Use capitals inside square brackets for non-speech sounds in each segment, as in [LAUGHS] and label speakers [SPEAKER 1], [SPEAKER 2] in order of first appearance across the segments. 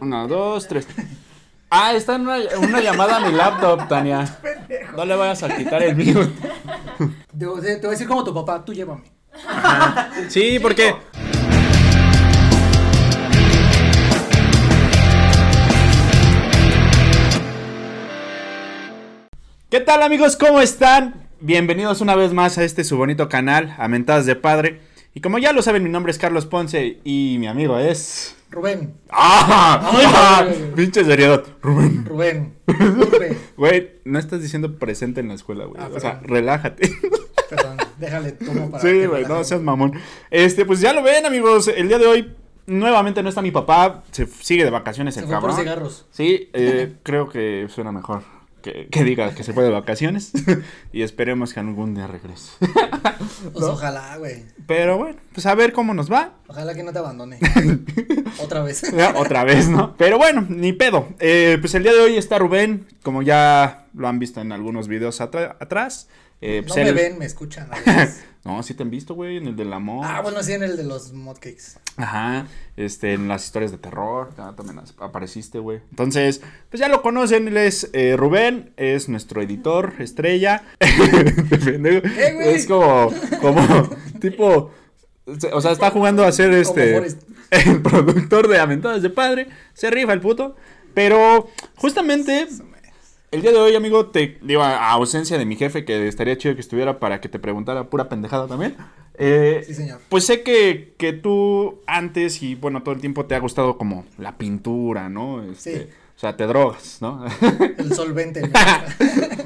[SPEAKER 1] Uno, dos, tres. Ah, está en una, una llamada a mi laptop, Tania. No le vayas a quitar el mío.
[SPEAKER 2] Te voy a te voy a decir como tu papá, tú llévame.
[SPEAKER 3] Sí, porque.
[SPEAKER 1] ¿Qué tal amigos? ¿Cómo están? Bienvenidos una vez más a este su bonito canal, a Mentadas de Padre. Y como ya lo saben, mi nombre es Carlos Ponce y mi amigo es...
[SPEAKER 2] Rubén, [COUGHS]
[SPEAKER 1] ¡Ah!
[SPEAKER 2] Ay,
[SPEAKER 1] ¡Ah!
[SPEAKER 2] güey.
[SPEAKER 1] [LAUGHS] ¡Pinche seriedad! Rubén.
[SPEAKER 2] Rubén, Rubén.
[SPEAKER 1] Güey, no estás diciendo presente en la escuela, güey.
[SPEAKER 2] Ah,
[SPEAKER 1] o sea,
[SPEAKER 2] perdón.
[SPEAKER 1] relájate.
[SPEAKER 2] Perdón, déjale tomo
[SPEAKER 1] [LAUGHS]
[SPEAKER 2] para.
[SPEAKER 1] Sí,
[SPEAKER 2] que
[SPEAKER 1] güey,
[SPEAKER 2] relaje.
[SPEAKER 1] no seas mamón. Este, pues ya lo ven, amigos. El día de hoy, nuevamente no está mi papá. Se f- sigue de vacaciones
[SPEAKER 2] Se
[SPEAKER 1] el
[SPEAKER 2] fue por
[SPEAKER 1] cabrón.
[SPEAKER 2] cigarros.
[SPEAKER 1] Sí, eh,
[SPEAKER 2] [LAUGHS]
[SPEAKER 1] creo que suena mejor que, que diga que se fue de
[SPEAKER 2] [LAUGHS]
[SPEAKER 1] vacaciones. y esperemos que algún día regrese.
[SPEAKER 2] Pues ojalá, güey.
[SPEAKER 1] Pero bueno, pues a ver cómo nos va.
[SPEAKER 2] [LAUGHS] Ojalá que no
[SPEAKER 1] [LAUGHS]
[SPEAKER 2] te abandone. Otra vez.
[SPEAKER 1] Ya, Otra vez, ¿no? Pero bueno, ni pedo. Eh, pues el día de hoy está Rubén, como ya lo han visto en algunos videos atra- atrás. Eh,
[SPEAKER 2] No
[SPEAKER 1] pues
[SPEAKER 2] me
[SPEAKER 1] él-
[SPEAKER 2] ven, me escuchan. a veces.
[SPEAKER 1] [LAUGHS] No, sí te han visto, güey, en el del amor.
[SPEAKER 2] Ah, bueno, sí, en el de
[SPEAKER 1] [LAUGHS]
[SPEAKER 2] los modcakes.
[SPEAKER 1] Ajá, este, en las historias de terror, ya también as- apareciste, güey. Entonces, pues ya lo conocen, él es eh, Rubén, es nuestro editor, estrella. [LAUGHS] Te pendejo.
[SPEAKER 2] Eh, güey.
[SPEAKER 1] es como, como, [LAUGHS] tipo, se- o sea, está jugando a ser
[SPEAKER 2] Como
[SPEAKER 1] este,
[SPEAKER 2] Forrest.
[SPEAKER 1] [LAUGHS] el productor de Aventadas de Padre, se rifa el puto, pero justamente... El día de hoy, amigo, te digo, a a ausencia de mi jefe, que estaría chido que estuviera para que te preguntara pura pendejada también. Eh,
[SPEAKER 2] Sí, señor.
[SPEAKER 1] pues sé que, que tú antes y bueno, todo el tiempo te ha gustado como la pintura, ¿no? Este,
[SPEAKER 2] Sí.
[SPEAKER 1] O sea, te drogas, ¿no? [LAUGHS]
[SPEAKER 2] El solvente. ¿no?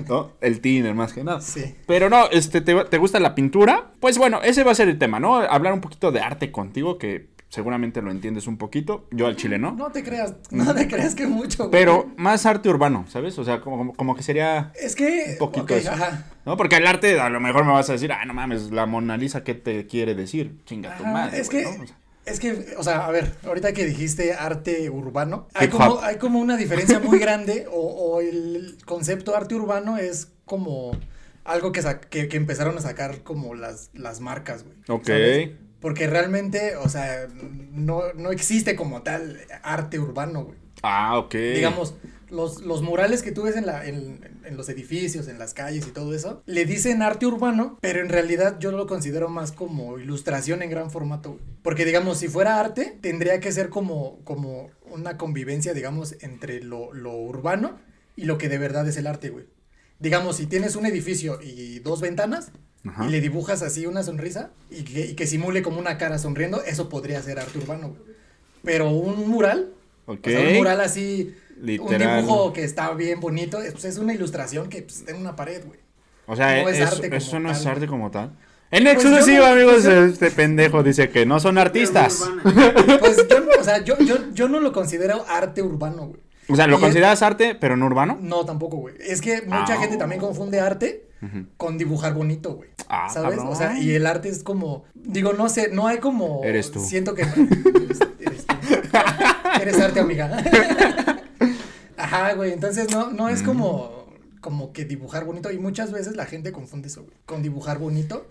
[SPEAKER 1] ¿No? El tiner más que nada.
[SPEAKER 2] Sí.
[SPEAKER 1] Pero no, este, ¿te, te gusta la pintura? Pues bueno, ese va a ser el tema, ¿no? Hablar un poquito de arte contigo, que seguramente lo entiendes un poquito. Yo al chile, ¿no?
[SPEAKER 2] No te creas, no te creas que mucho, güey.
[SPEAKER 1] Pero más arte urbano, ¿sabes? O sea, como, como, como que sería...
[SPEAKER 2] Es que.
[SPEAKER 1] Un poquito
[SPEAKER 2] ok,
[SPEAKER 1] eso.
[SPEAKER 2] ajá.
[SPEAKER 1] ¿No? Porque el arte, a lo mejor me vas a decir, ah, no mames, la Mona Lisa, ¿qué te quiere decir? Chinga tu
[SPEAKER 2] Ajá,
[SPEAKER 1] madre.
[SPEAKER 2] es
[SPEAKER 1] güey,
[SPEAKER 2] que,
[SPEAKER 1] ¿no? O sea,
[SPEAKER 2] es que, o sea, a ver, ahorita que dijiste arte urbano, hay
[SPEAKER 1] Hip hop.
[SPEAKER 2] como, hay como una diferencia muy grande o, o el concepto arte urbano es como algo que, sa- que, que empezaron a sacar como las, las marcas, güey.
[SPEAKER 1] Ok.
[SPEAKER 2] Porque realmente, o sea, no, no existe como tal arte urbano, güey.
[SPEAKER 1] Ah, ok.
[SPEAKER 2] Digamos, los, los murales que tú ves en, la, en, en los edificios, en las calles y todo eso, le dicen arte urbano, pero en realidad yo lo considero más como ilustración en gran formato. güey. Porque, digamos, si fuera arte, tendría que ser como, como una convivencia, digamos, entre lo, lo urbano y lo que de verdad es el arte, güey. Digamos, si tienes un edificio y dos ventanas
[SPEAKER 1] Ajá.
[SPEAKER 2] y le dibujas así una sonrisa y que, y que simule como una cara sonriendo, eso podría ser arte urbano, güey. Pero un mural
[SPEAKER 1] Ok.
[SPEAKER 2] o sea, un mural así,
[SPEAKER 1] Literal.
[SPEAKER 2] un dibujo que está bien bonito, eh, pues es una ilustración que pues, está en una pared, güey.
[SPEAKER 1] O sea,
[SPEAKER 2] No es
[SPEAKER 1] eso,
[SPEAKER 2] arte como
[SPEAKER 1] eso no es
[SPEAKER 2] tal.
[SPEAKER 1] arte como tal. En
[SPEAKER 2] Pues yo
[SPEAKER 1] exclusiva,
[SPEAKER 2] no-
[SPEAKER 1] amigos,
[SPEAKER 2] pues yo-
[SPEAKER 1] este pendejo dice que no son artistas.
[SPEAKER 2] Pues yo, no- o sea, yo, yo, yo no lo considero arte urbano, güey.
[SPEAKER 1] O sea,
[SPEAKER 2] Y
[SPEAKER 1] ¿lo
[SPEAKER 2] es-
[SPEAKER 1] consideras arte, pero no urbano?
[SPEAKER 2] No, tampoco, güey. Es que mucha
[SPEAKER 1] Ah.
[SPEAKER 2] gente también confunde arte con dibujar bonito, güey.
[SPEAKER 1] Ah,
[SPEAKER 2] ¿Sabes? O sea,
[SPEAKER 1] cabrón.
[SPEAKER 2] y el arte es como, digo, no sé, no hay como...
[SPEAKER 1] Eres tú.
[SPEAKER 2] Siento que... eres, eres tú. [LAUGHS] Eres arte, amiga. [LAUGHS] Ajá, güey. Entonces, no, no
[SPEAKER 1] Mm.
[SPEAKER 2] es como, como que dibujar bonito. Y muchas veces la gente confunde eso, güey. Con dibujar bonito.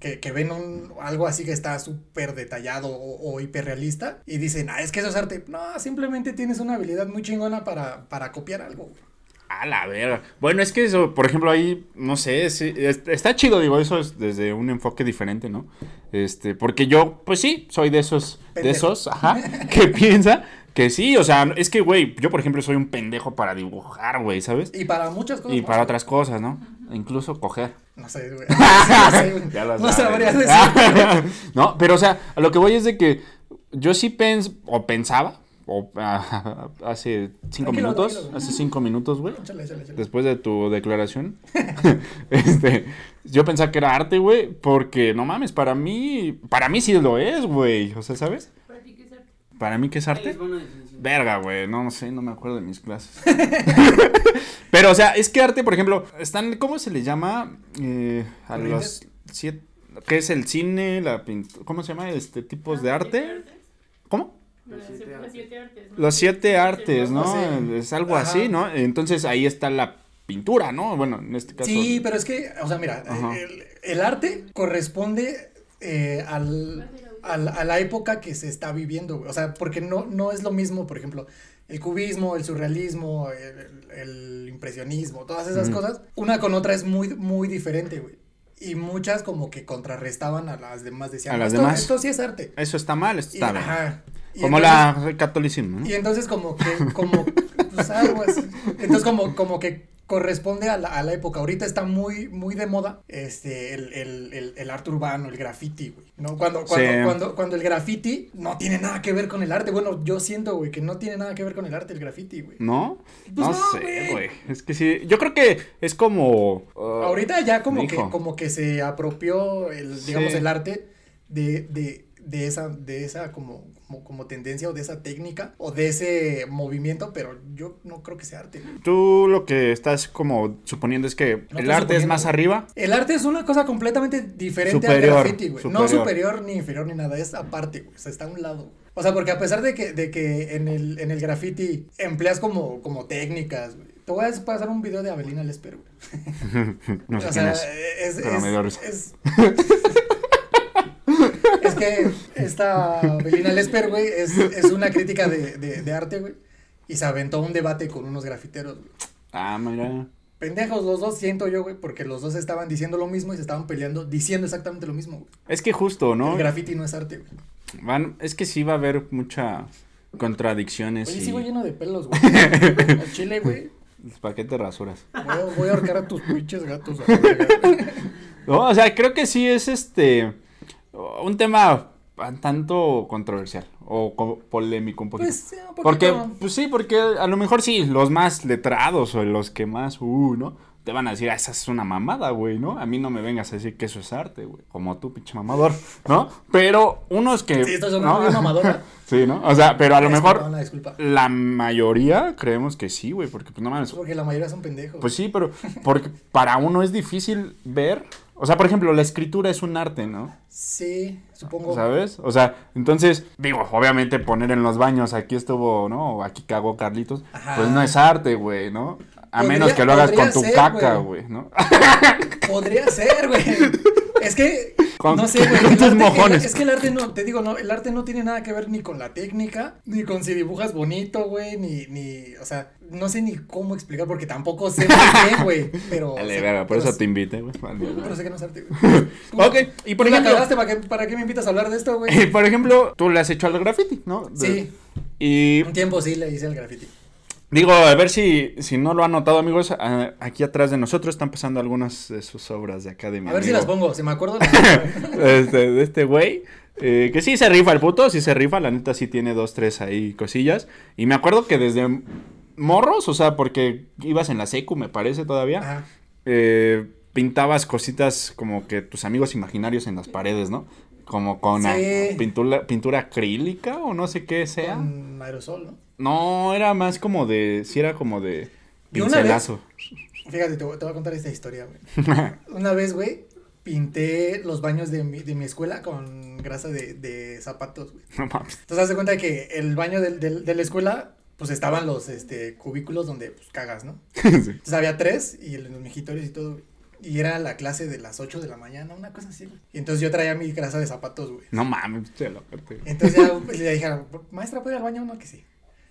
[SPEAKER 2] Que, que ven un, algo así que está súper detallado o, o hiperrealista y dicen, ah, es que eso es arte. No, simplemente tienes una habilidad muy chingona para, para copiar algo, güey.
[SPEAKER 1] A la verga. Bueno, es que eso, por ejemplo, ahí, no sé, sí, es- está chido, digo, eso es desde un enfoque diferente, ¿no? Este, porque yo, pues sí, soy de esos, de
[SPEAKER 2] Pendejo.
[SPEAKER 1] esos, ajá, que [LAUGHS] piensa que sí, o sea, es que, güey, yo, por ejemplo, soy un pendejo para dibujar, güey, ¿sabes?
[SPEAKER 2] Y para muchas cosas.
[SPEAKER 1] Y
[SPEAKER 2] más,
[SPEAKER 1] para
[SPEAKER 2] güey.
[SPEAKER 1] otras cosas, ¿no? Incluso coger.
[SPEAKER 2] No sé, güey. [LAUGHS] No, sé, güey.
[SPEAKER 1] [LAUGHS] Ya lo
[SPEAKER 2] No
[SPEAKER 1] sabes.
[SPEAKER 2] sabría
[SPEAKER 1] [LAUGHS]
[SPEAKER 2] decir.
[SPEAKER 1] no, pero o sea, a lo que voy es de que yo sí pens o pensaba, o [LAUGHS] ah, hace cinco
[SPEAKER 2] Tranquilo,
[SPEAKER 1] minutos,
[SPEAKER 2] tranquilo.
[SPEAKER 1] hace cinco minutos, güey,
[SPEAKER 2] Échale, échale, échale.
[SPEAKER 1] después de tu declaración, [LAUGHS] este, yo pensaba que era arte, güey, porque no mames, para mí, para mí sí lo es, güey, o sea, ¿sabes?
[SPEAKER 4] ¿Para ti qué es arte?
[SPEAKER 1] Para mí que es
[SPEAKER 4] Ahí
[SPEAKER 1] arte.
[SPEAKER 4] les va una definición.
[SPEAKER 1] Verga, güey, no, no sé, no me acuerdo de mis clases. [LAUGHS] Pero, o sea, es que arte, por ejemplo, están, ¿cómo se le llama? Eh, a los
[SPEAKER 2] Corrientes.
[SPEAKER 1] siete, ¿qué es el cine? La pintu- ¿Cómo se llama? Este, tipos
[SPEAKER 4] Ah,
[SPEAKER 1] de arte. ¿Cómo?
[SPEAKER 4] Los siete artes. Los siete artes, ¿no?
[SPEAKER 1] Los siete artes, ¿no?
[SPEAKER 2] Sí.
[SPEAKER 1] Es algo
[SPEAKER 2] Ajá.
[SPEAKER 1] así, ¿no? Entonces ahí está la pintura, ¿no? Bueno, en este caso.
[SPEAKER 2] Sí, pero es que, o sea, mira,
[SPEAKER 1] Ajá.
[SPEAKER 2] el, el arte corresponde eh, al, a la, a la época que se está viviendo, güey. O sea, porque no, no es lo mismo, por ejemplo, el cubismo, el surrealismo, el, el impresionismo, todas esas
[SPEAKER 1] Ujú.
[SPEAKER 2] cosas, una con otra es muy, muy diferente, güey. Y muchas como que contrarrestaban a las demás, decían,
[SPEAKER 1] A las
[SPEAKER 2] "Esto-
[SPEAKER 1] demás".
[SPEAKER 2] Esto sí es arte.
[SPEAKER 1] Eso está mal, esto
[SPEAKER 2] Y-
[SPEAKER 1] está bien.
[SPEAKER 2] ajá. Y
[SPEAKER 1] Como
[SPEAKER 2] entonces-
[SPEAKER 1] la el catolicismo, ¿no?
[SPEAKER 2] y entonces como que, como, pues algo así. Entonces como, como que corresponde a la, a la época. Ahorita está muy, muy de moda este, el, el, el, el arte urbano, el graffiti, güey. ¿No? Cuando, cuando,
[SPEAKER 1] Sí.
[SPEAKER 2] cuando, cuando el graffiti no tiene nada que ver con el arte. Bueno, yo siento, güey, que no tiene nada que ver con el arte el graffiti, güey.
[SPEAKER 1] ¿No?
[SPEAKER 2] Pues
[SPEAKER 1] no,
[SPEAKER 2] no,
[SPEAKER 1] sé,
[SPEAKER 2] güey.
[SPEAKER 1] güey. Es que sí. Yo creo que es como. uh,
[SPEAKER 2] Ahorita ya como que,
[SPEAKER 1] hijo.
[SPEAKER 2] como que se apropió el, digamos,
[SPEAKER 1] Sí.
[SPEAKER 2] el arte de, de, de esa, de esa como, como, como tendencia o de esa técnica o de ese movimiento, pero yo no creo que sea arte, güey.
[SPEAKER 1] Tú lo que estás como suponiendo es que
[SPEAKER 2] No
[SPEAKER 1] el
[SPEAKER 2] estoy
[SPEAKER 1] arte es
[SPEAKER 2] suponiendo,
[SPEAKER 1] más
[SPEAKER 2] güey.
[SPEAKER 1] arriba.
[SPEAKER 2] El arte es una cosa completamente diferente
[SPEAKER 1] Superior,
[SPEAKER 2] al graffiti, güey. No
[SPEAKER 1] superior.
[SPEAKER 2] superior ni inferior ni nada, es aparte, güey. O sea, está a un lado. O sea, porque a pesar de que, de que en, el, en el graffiti empleas como, como técnicas, güey. Te voy a pasar un video de Abelina Lesper, güey.
[SPEAKER 1] No sé
[SPEAKER 2] o
[SPEAKER 1] quién
[SPEAKER 2] sea,
[SPEAKER 1] es.
[SPEAKER 2] es,
[SPEAKER 1] pero
[SPEAKER 2] es-
[SPEAKER 1] me dio risa.
[SPEAKER 2] es- [LAUGHS] es que esta Abelina Lesper, güey, es, es una crítica de, de- de arte, güey. Y se aventó un debate con unos grafiteros, güey.
[SPEAKER 1] Ah, mira.
[SPEAKER 2] Pendejos los dos, siento yo, güey, porque los dos estaban diciendo lo mismo y se estaban peleando diciendo exactamente lo mismo, güey.
[SPEAKER 1] Es que justo, ¿no?
[SPEAKER 2] El graffiti no es arte, güey.
[SPEAKER 1] Van, es que sí va a haber mucha contradicciones
[SPEAKER 2] Oye,
[SPEAKER 1] y
[SPEAKER 2] sigo lleno de pelos, güey. Al chile, güey.
[SPEAKER 1] ¿Para qué te rasuras?
[SPEAKER 2] Voy a, voy a ahorcar a tus pinches gatos. a la verga.
[SPEAKER 1] No, o sea, creo que sí es este un tema un tanto controversial o co- polémico un poquito.
[SPEAKER 2] [LAUGHS] Pues, sí, un poquito.
[SPEAKER 1] porque, pues sí, porque a lo mejor sí, los más letrados o los que más, uh, ¿no? Te van a decir, ah, esa es una mamada, güey, ¿no? A mí no me vengas a decir que eso es arte, güey. Como tú, pinche mamador, ¿no? Pero unos que.
[SPEAKER 2] Sí, esto es
[SPEAKER 1] ¿no?
[SPEAKER 2] una bien mamadora.
[SPEAKER 1] [LAUGHS] Sí, ¿no? O sea, pero a
[SPEAKER 2] Ah,
[SPEAKER 1] lo mejor Pues,
[SPEAKER 2] Disculpa, una disculpa.
[SPEAKER 1] la mayoría creemos que sí, güey, porque pues no mames,
[SPEAKER 2] Porque la mayoría son pendejos.
[SPEAKER 1] pues sí, pero porque para uno es difícil ver. O sea, por ejemplo, la escritura es un arte, ¿no?
[SPEAKER 2] Sí, supongo.
[SPEAKER 1] ¿Sabes? O sea, entonces, digo, obviamente poner en los baños, aquí estuvo, ¿no? O Aquí cagó Carlitos,
[SPEAKER 2] Ajá.
[SPEAKER 1] pues no es arte, güey, ¿no? A
[SPEAKER 2] Podría-
[SPEAKER 1] menos que lo hagas con
[SPEAKER 2] podría
[SPEAKER 1] tu
[SPEAKER 2] ser,
[SPEAKER 1] caca,
[SPEAKER 2] güey.
[SPEAKER 1] güey, ¿no?
[SPEAKER 2] Podría ser, güey. Es que.
[SPEAKER 1] Con-
[SPEAKER 2] no sé, güey.
[SPEAKER 1] con
[SPEAKER 2] el
[SPEAKER 1] tus
[SPEAKER 2] arte-
[SPEAKER 1] mojones.
[SPEAKER 2] el- es que el arte no, te digo, no, el arte no tiene nada que ver ni con la técnica, ni con si dibujas bonito, güey, ni, ni, o sea, no sé ni cómo explicar porque tampoco sé muy bien, güey, pero.
[SPEAKER 1] [LAUGHS]
[SPEAKER 2] o
[SPEAKER 1] Dale,
[SPEAKER 2] sea,
[SPEAKER 1] verga, por
[SPEAKER 2] pero
[SPEAKER 1] eso
[SPEAKER 2] Oh, sí-
[SPEAKER 1] te invité, güey. Vale,
[SPEAKER 2] Pero
[SPEAKER 1] güey.
[SPEAKER 2] sé que no es arte, güey.
[SPEAKER 1] [LAUGHS]
[SPEAKER 2] Tú-
[SPEAKER 1] Ok, y por
[SPEAKER 2] tú la
[SPEAKER 1] ejemplo-
[SPEAKER 2] cagaste, ¿para qué, para qué me invitas a hablar de esto,
[SPEAKER 1] Y [LAUGHS]
[SPEAKER 2] güey?
[SPEAKER 1] por ejemplo, tú le has hecho al graffiti, ¿no? De-
[SPEAKER 2] Sí,
[SPEAKER 1] Y
[SPEAKER 2] un tiempo sí le hice el graffiti.
[SPEAKER 1] Digo, a ver si, si no lo han notado, amigos. a- aquí atrás de nosotros están pasando algunas de sus obras de acá de mi
[SPEAKER 2] A ver si
[SPEAKER 1] amigo,
[SPEAKER 2] las pongo, si
[SPEAKER 1] [LAUGHS]
[SPEAKER 2] me acuerdo. las pongo.
[SPEAKER 1] este, de este güey. eh, que sí se rifa el puto, sí se rifa. La neta sí tiene dos, tres ahí cosillas. Y me acuerdo que desde morros, o sea, porque ibas en la secu, me parece todavía.
[SPEAKER 2] Ajá.
[SPEAKER 1] eh, pintabas cositas como que tus amigos imaginarios en las paredes, ¿no? Como con
[SPEAKER 2] Sí.
[SPEAKER 1] ah, pintura, pintura acrílica o no sé qué sea.
[SPEAKER 2] Con aerosol, ¿no?
[SPEAKER 1] No, era más como de. Sí, era como de.
[SPEAKER 2] Y una vez-
[SPEAKER 1] Pincelazo. [LAUGHS]
[SPEAKER 2] Fíjate, te, voy- te voy a contar esta historia, güey. Una vez, güey, pinté los baños de mi, de mi escuela con grasa de, de zapatos, güey.
[SPEAKER 1] No mames. [LAUGHS]
[SPEAKER 2] Entonces, haz de cuenta que el baño del- del- de la escuela, pues estaban los este, cubículos donde pues, cagas, ¿no?
[SPEAKER 1] Sí.
[SPEAKER 2] Entonces había tres y el- los mijitorios y todo, güey. Y era la clase de las 8 de la mañana, una cosa así, güey. Y entonces yo traía mi grasa de zapatos, güey.
[SPEAKER 1] No mames, pinche loco, tío.
[SPEAKER 2] Entonces ya [LAUGHS] pues, le dije, a la maestra, ¿puedo ir al baño? No, que sí.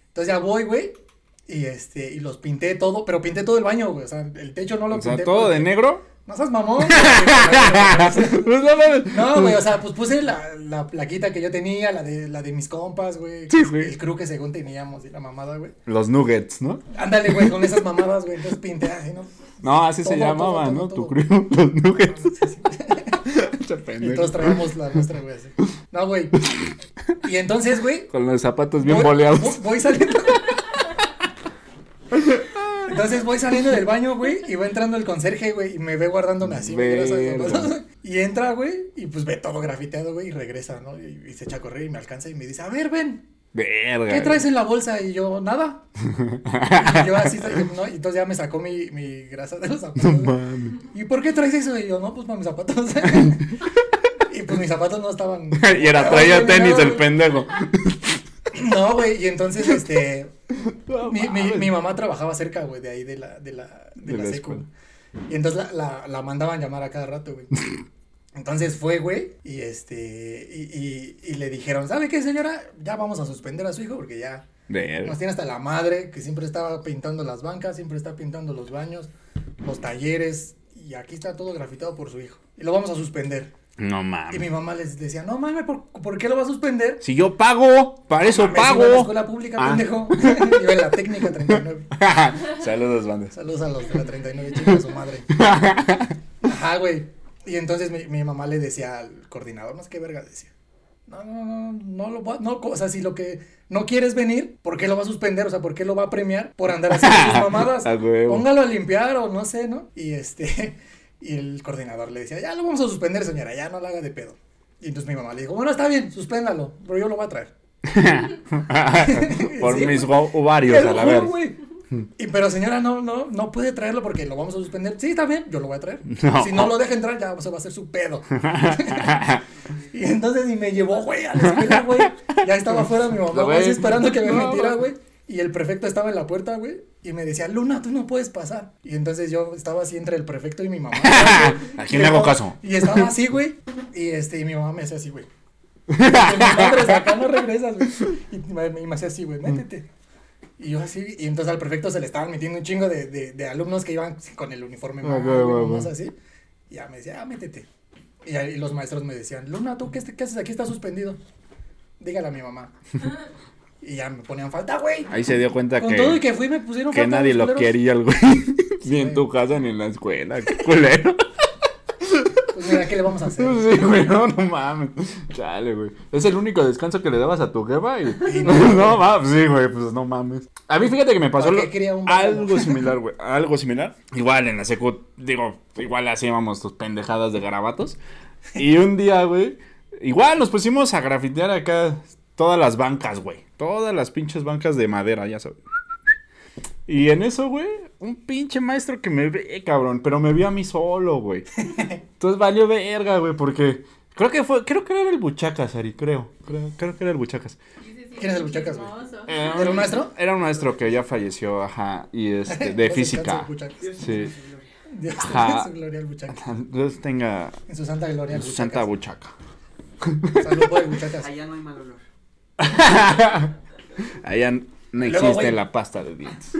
[SPEAKER 2] Entonces ya voy, güey. Y este, y los pinté todo, pero pinté todo el baño, güey. O sea, el techo no lo
[SPEAKER 1] O
[SPEAKER 2] pinté.
[SPEAKER 1] sea, todo
[SPEAKER 2] porque-
[SPEAKER 1] de negro.
[SPEAKER 2] [LAUGHS]
[SPEAKER 1] [LAUGHS]
[SPEAKER 2] No seas mamón.
[SPEAKER 1] Pues no mames.
[SPEAKER 2] No, güey, o sea, pues puse la, la plaquita que yo tenía, la de, la de mis compas, güey.
[SPEAKER 1] Sí, güey.
[SPEAKER 2] El crew que según teníamos y la mamada, güey.
[SPEAKER 1] Los nuggets, ¿no?
[SPEAKER 2] Ándale, güey, con esas mamadas, güey. Entonces pinté así, ¿no?
[SPEAKER 1] No, así se
[SPEAKER 2] Todo,
[SPEAKER 1] llamaba,
[SPEAKER 2] todo,
[SPEAKER 1] ¿no?
[SPEAKER 2] todo,
[SPEAKER 1] Tu crew, [LAUGHS] los nuggets.
[SPEAKER 2] [LAUGHS]
[SPEAKER 1] Pinche
[SPEAKER 2] Y
[SPEAKER 1] pendejo.
[SPEAKER 2] todos traíamos la nuestra, güey, así. No, güey. Y entonces, güey.
[SPEAKER 1] Con los zapatos bien
[SPEAKER 2] voy-
[SPEAKER 1] boleados.
[SPEAKER 2] Voy, voy saliendo. [LAUGHS] Entonces voy saliendo del baño, güey, y va entrando el conserje, güey, y me ve guardándome así, güey, grasa de
[SPEAKER 1] Verga.
[SPEAKER 2] zapatos. Y entra, güey, y pues ve todo grafiteado, güey, y regresa, ¿no? Y, y se echa a correr y me alcanza y me dice, a ver, ven,
[SPEAKER 1] Verga.
[SPEAKER 2] ¿Qué traes en la bolsa? Y
[SPEAKER 1] [LAUGHS]
[SPEAKER 2] yo, nada. Y yo así, ¿no? Y entonces ya me sacó mi, mi grasa de
[SPEAKER 1] [LAUGHS]
[SPEAKER 2] los
[SPEAKER 1] No
[SPEAKER 2] zapatos. güey.
[SPEAKER 1] mames.
[SPEAKER 2] ¿Y por qué traes eso? Y yo, no, pues para mis zapatos. [LAUGHS] y pues mis zapatos no estaban.
[SPEAKER 1] [LAUGHS] Y era traía
[SPEAKER 2] Oye,
[SPEAKER 1] tenis
[SPEAKER 2] no,
[SPEAKER 1] el
[SPEAKER 2] güey.
[SPEAKER 1] pendejo.
[SPEAKER 2] No, güey. Y entonces, este.
[SPEAKER 1] [LAUGHS] No
[SPEAKER 2] Mi, mi-
[SPEAKER 1] mames.
[SPEAKER 2] mi mamá trabajaba cerca, güey, de ahí de la, de la, de
[SPEAKER 1] De
[SPEAKER 2] la
[SPEAKER 1] la
[SPEAKER 2] secu.
[SPEAKER 1] escuela. [LAUGHS]
[SPEAKER 2] Y entonces la, la, la mandaban llamar a cada rato, güey. Entonces fue, güey, y este, y, y- y le dijeron, ¿sabe qué, señora? Ya vamos a suspender a su hijo porque ya nos
[SPEAKER 1] Ver.
[SPEAKER 2] tiene hasta la madre, que siempre estaba pintando las bancas, siempre está pintando los baños, los talleres, y aquí está todo grafitado por su hijo. Y lo vamos a suspender.
[SPEAKER 1] No
[SPEAKER 2] Y mi
[SPEAKER 1] mames.
[SPEAKER 2] mamá les decía, no mames, ¿por, por qué lo va a suspender?
[SPEAKER 1] Si yo pago, para eso
[SPEAKER 2] Mames, iba a la
[SPEAKER 1] pago.
[SPEAKER 2] escuela pública,
[SPEAKER 1] Ah.
[SPEAKER 2] pendejo. [LAUGHS] Iba en la técnica 39.
[SPEAKER 1] [LAUGHS] Saludos, bandas.
[SPEAKER 2] Saludos a los de la 39, chicos,
[SPEAKER 1] [LAUGHS]
[SPEAKER 2] su madre. Ajá, güey. Y entonces mi, mi mamá le decía al coordinador, no sé qué verga, decía. No, no, no, no lo va, no, o sea, si lo que no quieres venir, ¿por qué lo va a suspender? O sea, ¿por qué lo va a premiar por andar haciendo
[SPEAKER 1] [LAUGHS]
[SPEAKER 2] sus mamadas?
[SPEAKER 1] A huevo.
[SPEAKER 2] Póngalo a limpiar o no sé, ¿no? Y este, [LAUGHS] y el coordinador le decía, ya lo vamos a suspender, señora, ya no la haga de pedo. Y entonces mi mamá le dijo, bueno, está bien, suspéndalo, pero yo lo voy a traer.
[SPEAKER 1] [LAUGHS]
[SPEAKER 2] [LAUGHS]
[SPEAKER 1] Por
[SPEAKER 2] Sí,
[SPEAKER 1] mis
[SPEAKER 2] güey.
[SPEAKER 1] ov- ovarios,
[SPEAKER 2] Te
[SPEAKER 1] a
[SPEAKER 2] lo
[SPEAKER 1] la
[SPEAKER 2] juro,
[SPEAKER 1] ver. [LAUGHS]
[SPEAKER 2] güey. Y pero señora, no, no, no puede traerlo porque lo vamos a suspender. Sí, está bien, yo lo voy a traer.
[SPEAKER 1] No.
[SPEAKER 2] Si no lo deja entrar, ya se va a hacer su
[SPEAKER 1] [LAUGHS]
[SPEAKER 2] pedo. [LAUGHS] y entonces y me llevó, güey, a la escuela, güey. Ya estaba afuera mi mamá,
[SPEAKER 1] Lo
[SPEAKER 2] güey, así
[SPEAKER 1] ves.
[SPEAKER 2] esperando que me
[SPEAKER 1] No,
[SPEAKER 2] metiera, güey. Y el prefecto estaba en la puerta, güey. Y me decía, Luna, tú no puedes pasar. Y entonces yo estaba así entre el prefecto y mi mamá. güey.
[SPEAKER 1] ¿A quién le hago caso?
[SPEAKER 2] Y estaba así, güey. Y este, y mi mamá me hacía así, güey. Madres, acá no regresas, güey. Y me, me- me hacía así, güey, métete. Y yo así, y entonces al prefecto se le estaban metiendo un chingo de, de, de alumnos que iban con el uniforme
[SPEAKER 1] Ah,
[SPEAKER 2] mal,
[SPEAKER 1] güey,
[SPEAKER 2] güey,
[SPEAKER 1] güey,
[SPEAKER 2] nomás
[SPEAKER 1] güey.
[SPEAKER 2] así. Y ya me decía, ah, métete. Y, ahí los maestros me decían, Luna, ¿tú qué, qué haces aquí? Está suspendido. Dígale a mi mamá. y ya me ponían falta, güey.
[SPEAKER 1] Ahí se dio cuenta
[SPEAKER 2] Con todo y
[SPEAKER 1] que,
[SPEAKER 2] que fui, me pusieron
[SPEAKER 1] que
[SPEAKER 2] falta.
[SPEAKER 1] nadie
[SPEAKER 2] los
[SPEAKER 1] lo
[SPEAKER 2] culeros.
[SPEAKER 1] quería, el güey. [LAUGHS] Ni en tu casa ni en la escuela. Qué culero.
[SPEAKER 2] Pues mira, ¿qué le vamos
[SPEAKER 1] [LAUGHS]
[SPEAKER 2] a [LAUGHS] hacer?
[SPEAKER 1] Sí, güey, no, no mames. Chale, güey. Es el único descanso que le dabas a tu jefa. Y...
[SPEAKER 2] no,
[SPEAKER 1] [LAUGHS] No,
[SPEAKER 2] güey.
[SPEAKER 1] mames, sí, güey, pues no mames. A mí fíjate que me pasó
[SPEAKER 2] ¿Para
[SPEAKER 1] lo-
[SPEAKER 2] qué quería un banano? [LAUGHS]
[SPEAKER 1] algo similar, güey. Algo similar. Igual en la secu, digo, igual hacíamos tus pendejadas de garabatos. Y un día, güey, igual nos pusimos a grafitear acá todas las bancas, güey. Todas las pinches bancas de madera, ya sabes. Y en eso, güey, un pinche maestro que me ve, cabrón, pero me vio a mí solo, güey. Entonces valió verga, güey, porque creo que fue, creo que era el Buchacas, Ari, creo. Creo, creo que era el Buchacas.
[SPEAKER 2] ¿Quién es el Buchacas, güey?
[SPEAKER 1] Eh,
[SPEAKER 2] ¿Era un maestro?
[SPEAKER 1] Era un maestro que ya falleció, ajá, y este,
[SPEAKER 2] [LAUGHS]
[SPEAKER 1] de
[SPEAKER 2] Dios
[SPEAKER 1] física.
[SPEAKER 2] descanse al Buchacas.
[SPEAKER 1] Sí.
[SPEAKER 2] Dios
[SPEAKER 1] Ajá.
[SPEAKER 2] tenga [LAUGHS] en su gloria al Buchacas.
[SPEAKER 1] Entonces tenga
[SPEAKER 2] En su santa gloria al
[SPEAKER 1] su santa
[SPEAKER 2] Buchacas.
[SPEAKER 1] Buchaca.
[SPEAKER 2] Salud por el Buchacas.
[SPEAKER 5] Allá no hay mal olor.
[SPEAKER 1] [LAUGHS] Allá no
[SPEAKER 2] Luego,
[SPEAKER 1] existe
[SPEAKER 2] güey.
[SPEAKER 1] la pasta de dientes.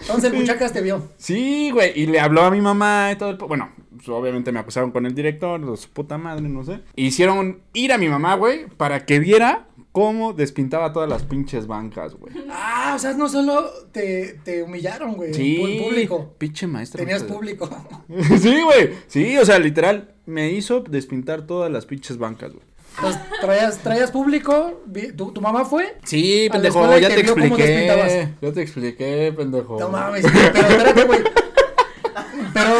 [SPEAKER 2] Entonces el Buchacas te vio.
[SPEAKER 1] Sí, güey, y le habló a mi mamá y todo el... po- Bueno, pues, obviamente me acusaron con el director, los- su puta madre, no sé. Hicieron ir a mi mamá, güey, para que viera cómo despintaba todas las pinches bancas, güey.
[SPEAKER 2] Ah, o sea, no solo te, te humillaron, güey.
[SPEAKER 1] Sí.
[SPEAKER 2] en público.
[SPEAKER 1] Pinche maestra.
[SPEAKER 2] Tenías
[SPEAKER 1] hijo de-
[SPEAKER 2] público.
[SPEAKER 1] [LAUGHS] sí, güey. Sí, o sea, literal, me hizo despintar todas las pinches bancas, güey.
[SPEAKER 2] Entonces traías, traías público. vi- ¿Tu, tu mamá fue?
[SPEAKER 1] Sí,
[SPEAKER 2] A la
[SPEAKER 1] pendejo,
[SPEAKER 2] escuela y
[SPEAKER 1] ya
[SPEAKER 2] te
[SPEAKER 1] te
[SPEAKER 2] vio cómo
[SPEAKER 1] expliqué.
[SPEAKER 2] despintabas.
[SPEAKER 1] Ya te expliqué, pendejo.
[SPEAKER 2] No mames. Pero espérate, güey. Pero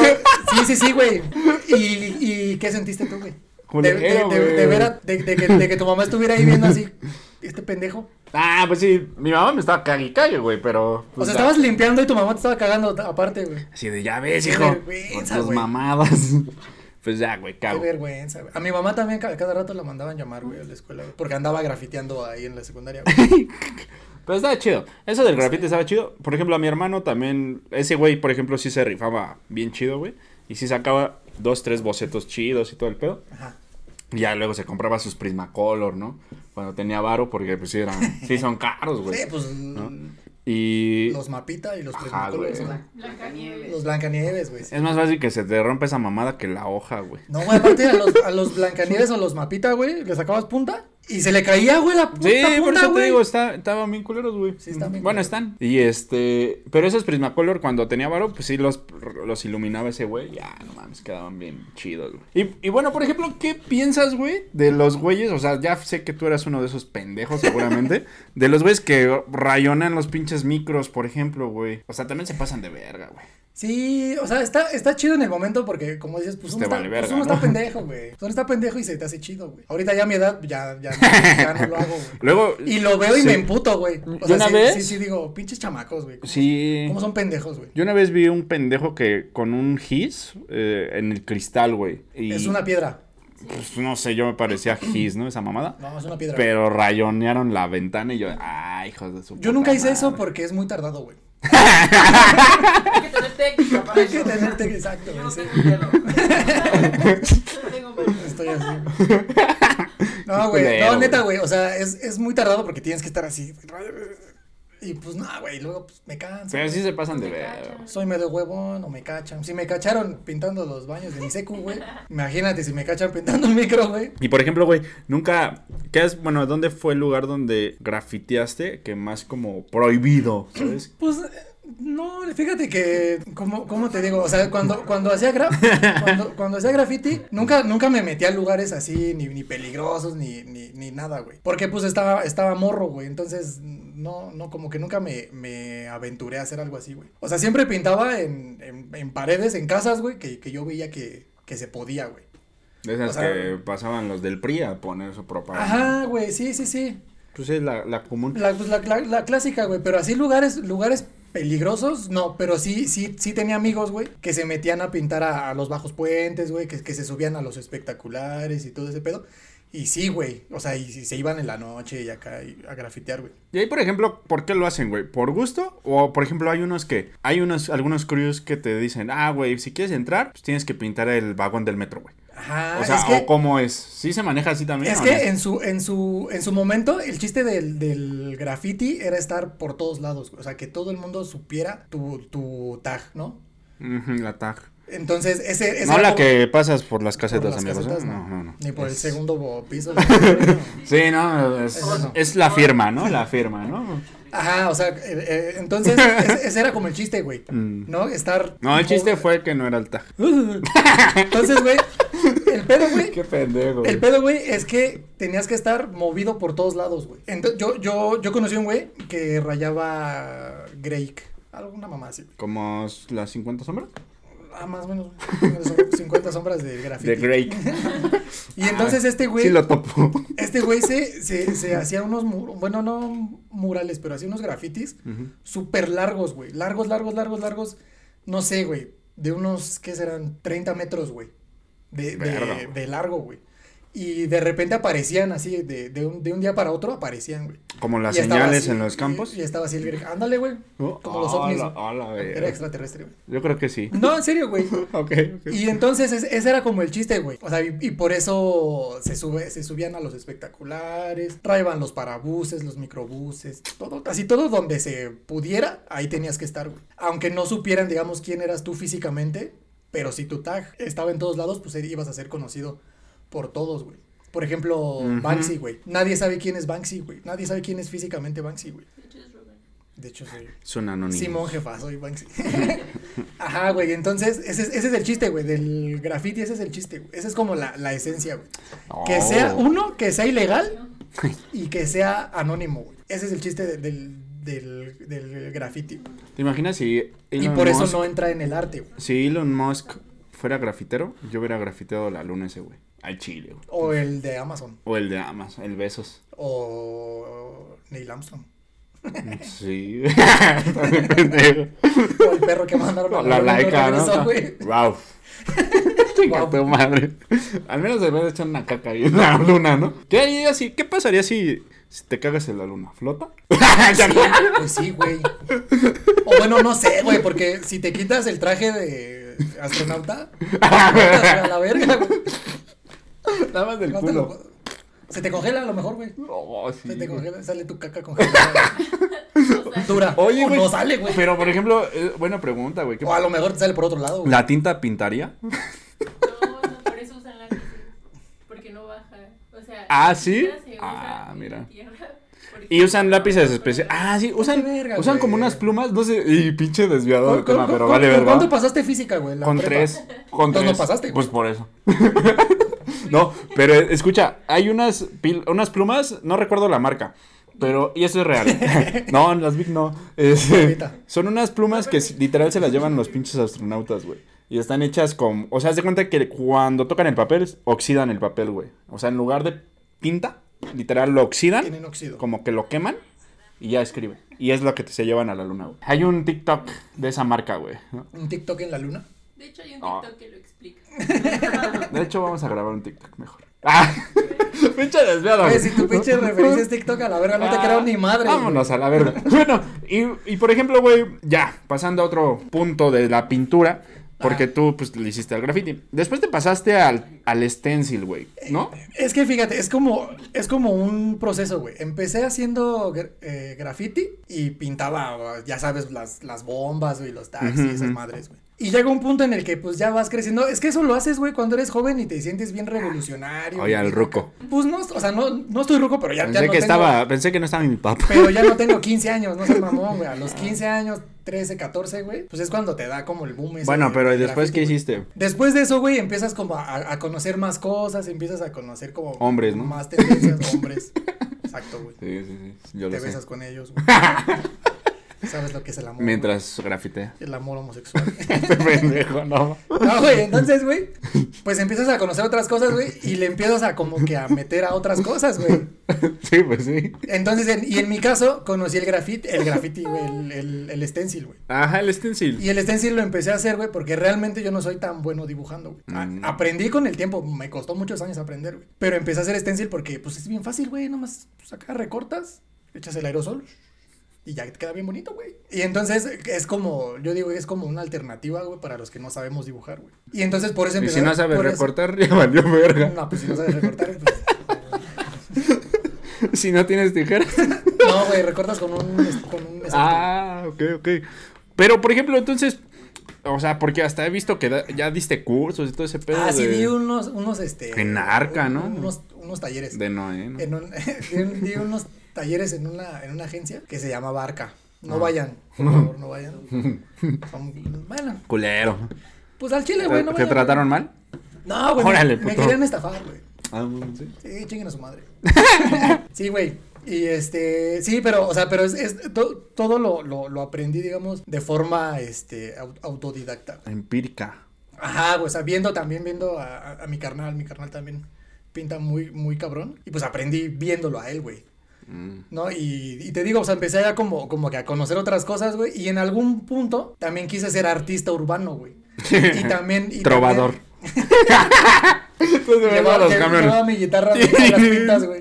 [SPEAKER 2] sí, sí, sí, güey. ¿Y, y qué sentiste tú, güey? De, de,
[SPEAKER 1] Culero,
[SPEAKER 2] de-
[SPEAKER 1] güey.
[SPEAKER 2] de ver a- de- de que, de que tu mamá estuviera ahí viendo así, este pendejo.
[SPEAKER 1] Ah, pues sí, mi mamá me estaba cague y cague, güey, pero.
[SPEAKER 2] O
[SPEAKER 1] pues,
[SPEAKER 2] sea,
[SPEAKER 1] la-
[SPEAKER 2] estabas limpiando y tu mamá te estaba cagando aparte, güey.
[SPEAKER 1] Así de, ya ves,
[SPEAKER 2] Qué
[SPEAKER 1] hijo. Por
[SPEAKER 2] vergüenza,
[SPEAKER 1] tus
[SPEAKER 2] güey.
[SPEAKER 1] mamadas. [LAUGHS] Pues ya, güey,
[SPEAKER 2] Qué
[SPEAKER 1] cago.
[SPEAKER 2] vergüenza, güey. A mi mamá también ca- cada, rato la mandaban llamar, güey, a la escuela, güey, porque andaba grafiteando ahí en la secundaria,
[SPEAKER 1] [LAUGHS]
[SPEAKER 2] güey.
[SPEAKER 1] Pero estaba chido. Eso del grafite estaba chido. Por ejemplo, a mi hermano también. Ese güey, por ejemplo, sí se rifaba bien chido, güey. Y sí sacaba dos, tres bocetos chidos y todo el pedo.
[SPEAKER 2] Ajá.
[SPEAKER 1] Y ya luego se compraba sus Prismacolor, ¿no? Cuando tenía varo, porque pues sí eran. Sí son caros, güey.
[SPEAKER 2] Sí, pues
[SPEAKER 1] Y.
[SPEAKER 2] los mapita y los
[SPEAKER 1] Ajá,
[SPEAKER 2] Prismacolors,
[SPEAKER 1] güey.
[SPEAKER 2] güey.
[SPEAKER 4] Blancanieves.
[SPEAKER 2] Los Blancanieves, güey. sí.
[SPEAKER 1] Es más fácil que se te rompa esa mamada que la hoja, güey.
[SPEAKER 2] No, güey, aparte a los, a los Blancanieves o los mapita, güey, le sacabas punta y se le caía, güey, la puta
[SPEAKER 1] Sí, por
[SPEAKER 2] punta,
[SPEAKER 1] eso te
[SPEAKER 2] güey.
[SPEAKER 1] digo, está, estaban bien culeros, güey.
[SPEAKER 2] Sí, están bien
[SPEAKER 1] bueno,
[SPEAKER 2] culeros.
[SPEAKER 1] están. Y este, pero esos Prismacolor cuando tenía varo, pues sí los, los iluminaba ese güey. Ya, no mames, quedaban bien chidos, güey. Y, y bueno, por ejemplo, ¿qué piensas, güey, de los güeyes? O sea, ya sé que tú eras uno de esos pendejos,
[SPEAKER 2] [LAUGHS]
[SPEAKER 1] seguramente. de los güeyes que rayonan los pinches micros, por ejemplo, güey. O sea, también se pasan de verga, güey.
[SPEAKER 2] Sí, o sea, está, está chido en el momento porque, como dices,
[SPEAKER 1] Pues
[SPEAKER 2] pues uno,
[SPEAKER 1] te
[SPEAKER 2] está,
[SPEAKER 1] vale
[SPEAKER 2] pues
[SPEAKER 1] verga,
[SPEAKER 2] uno
[SPEAKER 1] ¿no?
[SPEAKER 2] está pendejo, güey. Pues uno está pendejo y se te hace chido, güey. Ahorita ya a mi edad, pues, ya,
[SPEAKER 1] [LAUGHS]
[SPEAKER 2] ya, no- ya no lo hago, güey.
[SPEAKER 1] Luego.
[SPEAKER 2] Y lo veo y
[SPEAKER 1] Sí.
[SPEAKER 2] me emputo, güey.
[SPEAKER 1] ¿Y
[SPEAKER 2] O sea,
[SPEAKER 1] una
[SPEAKER 2] sí,
[SPEAKER 1] vez?
[SPEAKER 2] sí, sí, digo, pinches chamacos, güey.
[SPEAKER 1] Sí.
[SPEAKER 2] ¿Cómo son pendejos, güey?
[SPEAKER 1] Yo una vez vi un pendejo que con un his eh, en el cristal, güey. y-
[SPEAKER 2] Es una piedra.
[SPEAKER 1] pues, no sé, yo me
[SPEAKER 2] [CLEARS THROAT]
[SPEAKER 1] parecía His, ¿no? Esa mamada.
[SPEAKER 2] No, es una piedra.
[SPEAKER 1] Pero rayonearon la ventana y yo, ay, hijos de su
[SPEAKER 2] yo
[SPEAKER 1] puta
[SPEAKER 2] nunca hice
[SPEAKER 1] madre".
[SPEAKER 2] eso porque es muy tardado, güey.
[SPEAKER 4] Hay que tener técnica para
[SPEAKER 2] Hay
[SPEAKER 4] eso.
[SPEAKER 2] que tener técnica, exacto.
[SPEAKER 4] Yo no
[SPEAKER 2] güey, sí.
[SPEAKER 4] tengo miedo. Yo no tengo miedo.
[SPEAKER 2] [LAUGHS] Estoy así.
[SPEAKER 1] [LAUGHS]
[SPEAKER 2] No, güey.
[SPEAKER 1] Culero,
[SPEAKER 2] No, neta,
[SPEAKER 1] güey.
[SPEAKER 2] güey. O sea, es, es muy tardado porque tienes que estar así. Y pues nada, güey. Luego pues, me canso.
[SPEAKER 1] Pero sí se pasan de
[SPEAKER 4] Me
[SPEAKER 1] ver.
[SPEAKER 4] cachan.
[SPEAKER 2] Soy medio huevón o me cachan. Si me cacharon pintando los baños de mi secu, güey. Imagínate si me cachan pintando el micro, güey.
[SPEAKER 1] Y por ejemplo, güey, nunca. ¿Qué es? Bueno, ¿dónde fue el lugar donde grafiteaste que más como
[SPEAKER 2] [CLEARS THROAT]
[SPEAKER 1] prohibido? ¿Sabes?
[SPEAKER 2] Pues eh, no, fíjate que, ¿cómo, cómo te digo? O sea, cuando, cuando hacía graf, cuando, cuando hacía graffiti, nunca, nunca me metía a lugares así, ni, ni peligrosos, ni, ni, ni nada, güey. Porque pues estaba, estaba morro, güey. Entonces, no, no, como que nunca me, me aventuré a hacer algo así, güey. O sea, siempre pintaba en, en, en paredes, en casas, güey, que, que yo veía que, que se podía, güey.
[SPEAKER 1] De esas
[SPEAKER 2] O sea-
[SPEAKER 1] que pasaban los del PRI a poner su propaganda.
[SPEAKER 2] Ajá, güey, sí, sí, sí.
[SPEAKER 1] Pues es la, la común.
[SPEAKER 2] La, pues, la, la- la clásica, güey, pero así lugares, lugares peligrosos, no, pero sí, sí, sí tenía amigos, güey, que se metían a pintar a, a los bajos puentes, güey, que, que se subían a los espectaculares y todo ese pedo. Y sí, güey, o sea, y, sí se iban en la noche y acá y a grafitear, güey.
[SPEAKER 1] Y ahí, por ejemplo, ¿por qué lo hacen, güey? ¿Por gusto? O, por ejemplo, hay unos que. Hay unos, algunos crews que te dicen, ah, güey, si quieres entrar, pues tienes que pintar el vagón del metro, güey.
[SPEAKER 2] Ajá,
[SPEAKER 1] o sea,
[SPEAKER 2] Ah, es que,
[SPEAKER 1] ¿o cómo es? ¿Sí se maneja así también?
[SPEAKER 2] es
[SPEAKER 1] o
[SPEAKER 2] que
[SPEAKER 1] no?
[SPEAKER 2] en su, en su, en su momento, el chiste del, del graffiti era estar por todos lados, güey, o sea, que todo el mundo supiera tu, tu tag, ¿no?
[SPEAKER 1] Ujú, la tag.
[SPEAKER 2] Entonces, ese, ese
[SPEAKER 1] No
[SPEAKER 2] era
[SPEAKER 1] la
[SPEAKER 2] como-
[SPEAKER 1] que pasas por las
[SPEAKER 2] por
[SPEAKER 1] casetas,
[SPEAKER 2] las
[SPEAKER 1] amigos. ¿eh?
[SPEAKER 2] casetas,
[SPEAKER 1] no, no, no.
[SPEAKER 2] Ni por el
[SPEAKER 1] Es-
[SPEAKER 2] segundo bo-
[SPEAKER 1] [LAUGHS]
[SPEAKER 2] piso. güey.
[SPEAKER 1] Sí, no, es,
[SPEAKER 2] Eso no.
[SPEAKER 1] es la firma, ¿no? La firma, ¿no?
[SPEAKER 2] Ajá, o sea, eh, eh, entonces ese, ese era como el chiste, güey.
[SPEAKER 1] Mm.
[SPEAKER 2] ¿No? Estar.
[SPEAKER 1] No, el chiste fue que no era el tag.
[SPEAKER 2] [LAUGHS] Entonces, güey, el pedo, güey.
[SPEAKER 1] Qué pendejo.
[SPEAKER 2] El pedo, güey, es que tenías que estar movido por todos lados, güey. Ento- yo, yo, yo conocí a un güey que rayaba Drake. Alguna mamá así.
[SPEAKER 1] Como las 50 sombras.
[SPEAKER 2] Ah, más o menos. güey. 50 sombras de graffiti.
[SPEAKER 1] De
[SPEAKER 2] [LAUGHS]
[SPEAKER 1] Drake.
[SPEAKER 2] Y entonces este Ah, güey.
[SPEAKER 1] Sí lo topo. [LAUGHS]
[SPEAKER 2] Este güey se, se, se hacía unos muros, bueno, no murales, pero hacía unos grafitis
[SPEAKER 1] Ujú.
[SPEAKER 2] súper largos, güey. Largos, largos, largos, largos. No sé, güey. De unos, ¿qué serán? 30 metros, güey. De, de-
[SPEAKER 1] Verga, güey.
[SPEAKER 2] de largo, güey. Y de repente aparecían así, de, de un, de un día para otro aparecían, güey.
[SPEAKER 1] Como las
[SPEAKER 2] Y estaba
[SPEAKER 1] señales
[SPEAKER 2] así,
[SPEAKER 1] en los campos.
[SPEAKER 2] Y, y estaba así el Greg. Ándale, güey.
[SPEAKER 1] Oh,
[SPEAKER 2] Como los ovnis.
[SPEAKER 1] hola, hola,
[SPEAKER 2] güey.
[SPEAKER 1] güey.
[SPEAKER 2] Era extraterrestre, güey.
[SPEAKER 1] Yo creo que
[SPEAKER 2] [LAUGHS]
[SPEAKER 1] sí.
[SPEAKER 2] No, en serio, güey.
[SPEAKER 1] ok, ok.
[SPEAKER 2] Y entonces es- ese era como el chiste, güey. O sea, y, y por eso se, sube, se subían a los espectaculares, traían los parabuses, los microbuses, todo, casi todo donde se pudiera, ahí tenías que estar, güey. Aunque no supieran, digamos, quién eras tú físicamente, pero si tu tag estaba en todos lados, pues eh, ibas a ser conocido por todos, güey. Por ejemplo,
[SPEAKER 1] Ujú.
[SPEAKER 2] Banksy, güey. Nadie sabe quién es Banksy, güey. Nadie sabe quién es físicamente Banksy, güey.
[SPEAKER 4] De hecho, es Rubén.
[SPEAKER 2] De hecho, soy...
[SPEAKER 1] Es un anónimo.
[SPEAKER 2] Simón jefa, soy Banksy. [LAUGHS] Ajá, güey, entonces ese, es- ese es el chiste, güey, del graffiti, ese es el chiste, güey. Esa es como la, la esencia, güey. Que
[SPEAKER 1] Oh.
[SPEAKER 2] sea uno, que sea ilegal y que sea anónimo, güey. Ese es el chiste de- del, del, del graffiti. güey.
[SPEAKER 1] ¿Te imaginas si
[SPEAKER 2] Y
[SPEAKER 1] Elon
[SPEAKER 2] por eso
[SPEAKER 1] Musk-
[SPEAKER 2] no entra en el arte, güey.
[SPEAKER 1] Si Elon Musk fuera grafitero, yo hubiera grafiteado la luna ese güey. Al chile, güey.
[SPEAKER 2] O el de Amazon,
[SPEAKER 1] O el de Amazon, el besos.
[SPEAKER 2] [LAUGHS] o
[SPEAKER 1] [LAUGHS]
[SPEAKER 2] Neil Armstrong,
[SPEAKER 1] Sí. [LAUGHS] También pendejo.
[SPEAKER 2] o el perro que mandaron a
[SPEAKER 1] La
[SPEAKER 2] luna y
[SPEAKER 1] laica, ¿no?
[SPEAKER 2] regresó, güey.
[SPEAKER 1] Wow.
[SPEAKER 2] [LAUGHS]
[SPEAKER 1] Chinga tu madre. Al menos se hubiera echado una caca ahí en la luna, ¿no? ¿Qué haría si, qué pasaría si, si te cagas en la luna? ¿Flota? [LAUGHS] Ya no.
[SPEAKER 2] Pues sí, güey. O bueno, no sé, güey, porque si te quitas el traje de
[SPEAKER 1] [LAUGHS]
[SPEAKER 2] astronauta, a la verga, güey.
[SPEAKER 1] Nada más del
[SPEAKER 2] No te lo
[SPEAKER 1] culo.
[SPEAKER 2] puedo- Se te congela a lo mejor, güey.
[SPEAKER 1] Oh, sí,
[SPEAKER 2] Se te
[SPEAKER 1] güey.
[SPEAKER 2] congela, sale tu caca congelada. güey. Dura.
[SPEAKER 1] Oye,
[SPEAKER 2] o
[SPEAKER 1] güey.
[SPEAKER 2] no sale, güey.
[SPEAKER 1] Pero, por ejemplo, eh, buena pregunta, güey. ¿Qué-
[SPEAKER 2] O a lo mejor te sale por otro lado, güey.
[SPEAKER 1] ¿La tinta pintaría?
[SPEAKER 4] No, no, por eso usan lápices. Porque no baja. O sea,
[SPEAKER 1] Ah, ¿sí?
[SPEAKER 4] la se usa
[SPEAKER 1] Ah,
[SPEAKER 4] en
[SPEAKER 1] mira.
[SPEAKER 4] la tierra porque
[SPEAKER 1] Y usan
[SPEAKER 4] no
[SPEAKER 1] lápices
[SPEAKER 4] baja.
[SPEAKER 1] especiales. Ah, sí, usan,
[SPEAKER 2] Ponte verga,
[SPEAKER 1] usan
[SPEAKER 2] güey.
[SPEAKER 1] como unas plumas, no sé, y pinche desviado de
[SPEAKER 2] ¿Con- con-
[SPEAKER 1] tema,
[SPEAKER 2] con-
[SPEAKER 1] pero
[SPEAKER 2] con-
[SPEAKER 1] vale
[SPEAKER 2] con
[SPEAKER 1] verga.
[SPEAKER 2] ¿Cuánto pasaste física, güey? en la
[SPEAKER 1] Con
[SPEAKER 2] prepa?
[SPEAKER 1] tres. Con
[SPEAKER 2] Entonces
[SPEAKER 1] tres.
[SPEAKER 2] no pasaste, güey.
[SPEAKER 1] Pues por eso. [LAUGHS] no, pero escucha, hay unas, pil- unas plumas, no recuerdo la marca. Pero, y eso es
[SPEAKER 2] [LAUGHS]
[SPEAKER 1] real. no, en las Big no. Es-
[SPEAKER 2] Ahorita.
[SPEAKER 1] son unas plumas que s- literal se las llevan los pinches astronautas, güey. Y están hechas con. O sea, haz de cuenta que cuando tocan el papel, oxidan el papel, güey. O sea, en lugar de tinta, literal lo oxidan
[SPEAKER 2] Tienen óxido.
[SPEAKER 1] como que lo queman y ya escribe. Y es lo que te se llevan a la luna, güey. Hay un TikTok de esa marca, güey. ¿no?
[SPEAKER 2] Un TikTok en la luna.
[SPEAKER 4] De hecho, hay un
[SPEAKER 1] Ah.
[SPEAKER 4] TikTok que lo explica.
[SPEAKER 1] De hecho, vamos a grabar un TikTok mejor. Ah, [LAUGHS] Pinche desviado.
[SPEAKER 2] Güey, si tu pinche referencia es TikTok, a la verga, no te
[SPEAKER 1] Ah,
[SPEAKER 2] creo ni madre. güey.
[SPEAKER 1] Vámonos a la verga. bueno, y, y por ejemplo, güey, ya, pasando a otro punto de la pintura, porque tú, pues, le hiciste al graffiti. Después te pasaste al, al stencil, güey, ¿no?
[SPEAKER 2] Es que fíjate, es como, es como un proceso, güey. Empecé haciendo gra- eh, graffiti y pintaba, ya sabes, las, las bombas, güey, los taxis,
[SPEAKER 1] Ujú,
[SPEAKER 2] esas
[SPEAKER 1] ujú.
[SPEAKER 2] madres, güey. Y llega un punto en el que pues ya vas creciendo. Es que eso lo haces, güey, cuando eres joven y te sientes bien revolucionario.
[SPEAKER 1] Oye, al
[SPEAKER 2] güey.
[SPEAKER 1] ruco.
[SPEAKER 2] Pues no, o sea, no, no estoy ruco, pero ya, ya
[SPEAKER 1] Pensé que
[SPEAKER 2] no tengo-
[SPEAKER 1] estaba, pensé que no estaba mi papá.
[SPEAKER 2] Pero ya no tengo 15 años, no se mamón, güey. A los 15 años, 13, 14, güey, pues es cuando te da como el boom. ese
[SPEAKER 1] Bueno,
[SPEAKER 2] de-
[SPEAKER 1] pero ¿y
[SPEAKER 2] del
[SPEAKER 1] después
[SPEAKER 2] graffiti,
[SPEAKER 1] qué
[SPEAKER 2] güey.
[SPEAKER 1] hiciste?
[SPEAKER 2] Después de eso, güey, empiezas como a, a conocer más cosas, empiezas a conocer como...
[SPEAKER 1] Hombres, ¿no?
[SPEAKER 2] Más
[SPEAKER 1] [LAUGHS]
[SPEAKER 2] tendencias, hombres. Exacto, güey.
[SPEAKER 1] Sí, sí, sí. Yo
[SPEAKER 2] Te
[SPEAKER 1] lo sé.
[SPEAKER 2] besas con
[SPEAKER 1] [LAUGHS]
[SPEAKER 2] ellos, güey. Sabes lo que es el amor.
[SPEAKER 1] Mientras grafitea.
[SPEAKER 2] güey? El amor
[SPEAKER 1] [LAUGHS]
[SPEAKER 2] homosexual. [LAUGHS]
[SPEAKER 1] Este pendejo, no. [LAUGHS]
[SPEAKER 2] No, güey, entonces, güey, pues empiezas a conocer otras cosas, güey, y le empiezas a como que a meter a otras cosas, güey.
[SPEAKER 1] Sí, pues sí.
[SPEAKER 2] Entonces, en- y en mi caso, conocí el graffiti, el graffiti, güey, el, el, el stencil, güey.
[SPEAKER 1] Ajá, el stencil.
[SPEAKER 2] Y el stencil lo empecé a hacer, güey, porque realmente yo no soy tan bueno dibujando, güey. A-
[SPEAKER 1] Mm.
[SPEAKER 2] Aprendí con el tiempo, me costó muchos años aprender, güey. Pero empecé a hacer stencil porque, pues, es bien fácil, güey. Nomás pues, acá recortas, echas el aerosol y ya te queda bien bonito, güey. Y entonces es como, yo digo, es como una alternativa, güey, para los que no sabemos dibujar, güey. Y entonces por eso
[SPEAKER 1] Y
[SPEAKER 2] empecé
[SPEAKER 1] si
[SPEAKER 2] a-
[SPEAKER 1] no sabes
[SPEAKER 2] por eso-
[SPEAKER 1] recortar, [LAUGHS] ya valió verga.
[SPEAKER 2] No, pues si no sabes recortar, pues.
[SPEAKER 1] Si no tienes tijeras.
[SPEAKER 2] No, güey, recortas con un. Con un este, exacto.
[SPEAKER 1] Ah, ok, ok. Pero, por ejemplo, entonces, o sea, porque hasta he visto que da- ya diste cursos y todo ese pedo
[SPEAKER 2] Ah, sí,
[SPEAKER 1] de,
[SPEAKER 2] vi unos, unos, este.
[SPEAKER 1] En Arca, ¿no?
[SPEAKER 2] Unos, unos talleres.
[SPEAKER 1] de Noé, ¿no?
[SPEAKER 2] en un- [LAUGHS] di, un- di unos talleres en una, en una agencia que se llamaba Arca.
[SPEAKER 1] Ah. [LAUGHS]
[SPEAKER 2] No vayan, por favor, no vayan. Son- bueno,
[SPEAKER 1] Culero.
[SPEAKER 2] pues al chile,
[SPEAKER 1] ¿Te,
[SPEAKER 2] güey, no
[SPEAKER 1] te
[SPEAKER 2] vayan.
[SPEAKER 1] trataron mal?
[SPEAKER 2] No, güey,
[SPEAKER 1] Órale,
[SPEAKER 2] me, me
[SPEAKER 1] puto.
[SPEAKER 2] querían estafar, güey.
[SPEAKER 1] Ah, sí.
[SPEAKER 2] Sí, chinguen a su
[SPEAKER 1] [LAUGHS]
[SPEAKER 2] madre. sí, güey. Y este, sí, pero, o sea, pero es, es to- todo lo, lo, lo aprendí, digamos, de forma, este, au- autodidacta.
[SPEAKER 1] Empírica.
[SPEAKER 2] Ajá, güey, o sea, viendo también, viendo a, a- a mi carnal, mi carnal también pinta muy, muy cabrón. Y pues aprendí viéndolo a él, güey. ¿No? Y, y te digo, o sea, empecé ya como, como que a conocer otras cosas, güey. Y en algún punto también quise ser artista urbano, güey. Y también. y
[SPEAKER 1] Trovador.
[SPEAKER 2] también [LAUGHS]
[SPEAKER 1] Entonces,
[SPEAKER 2] Llevaba,
[SPEAKER 1] los
[SPEAKER 2] lle-
[SPEAKER 1] camiones.
[SPEAKER 2] llevaba mi guitarra a
[SPEAKER 1] Sí.
[SPEAKER 2] las pintas,
[SPEAKER 1] [LAUGHS]
[SPEAKER 2] güey.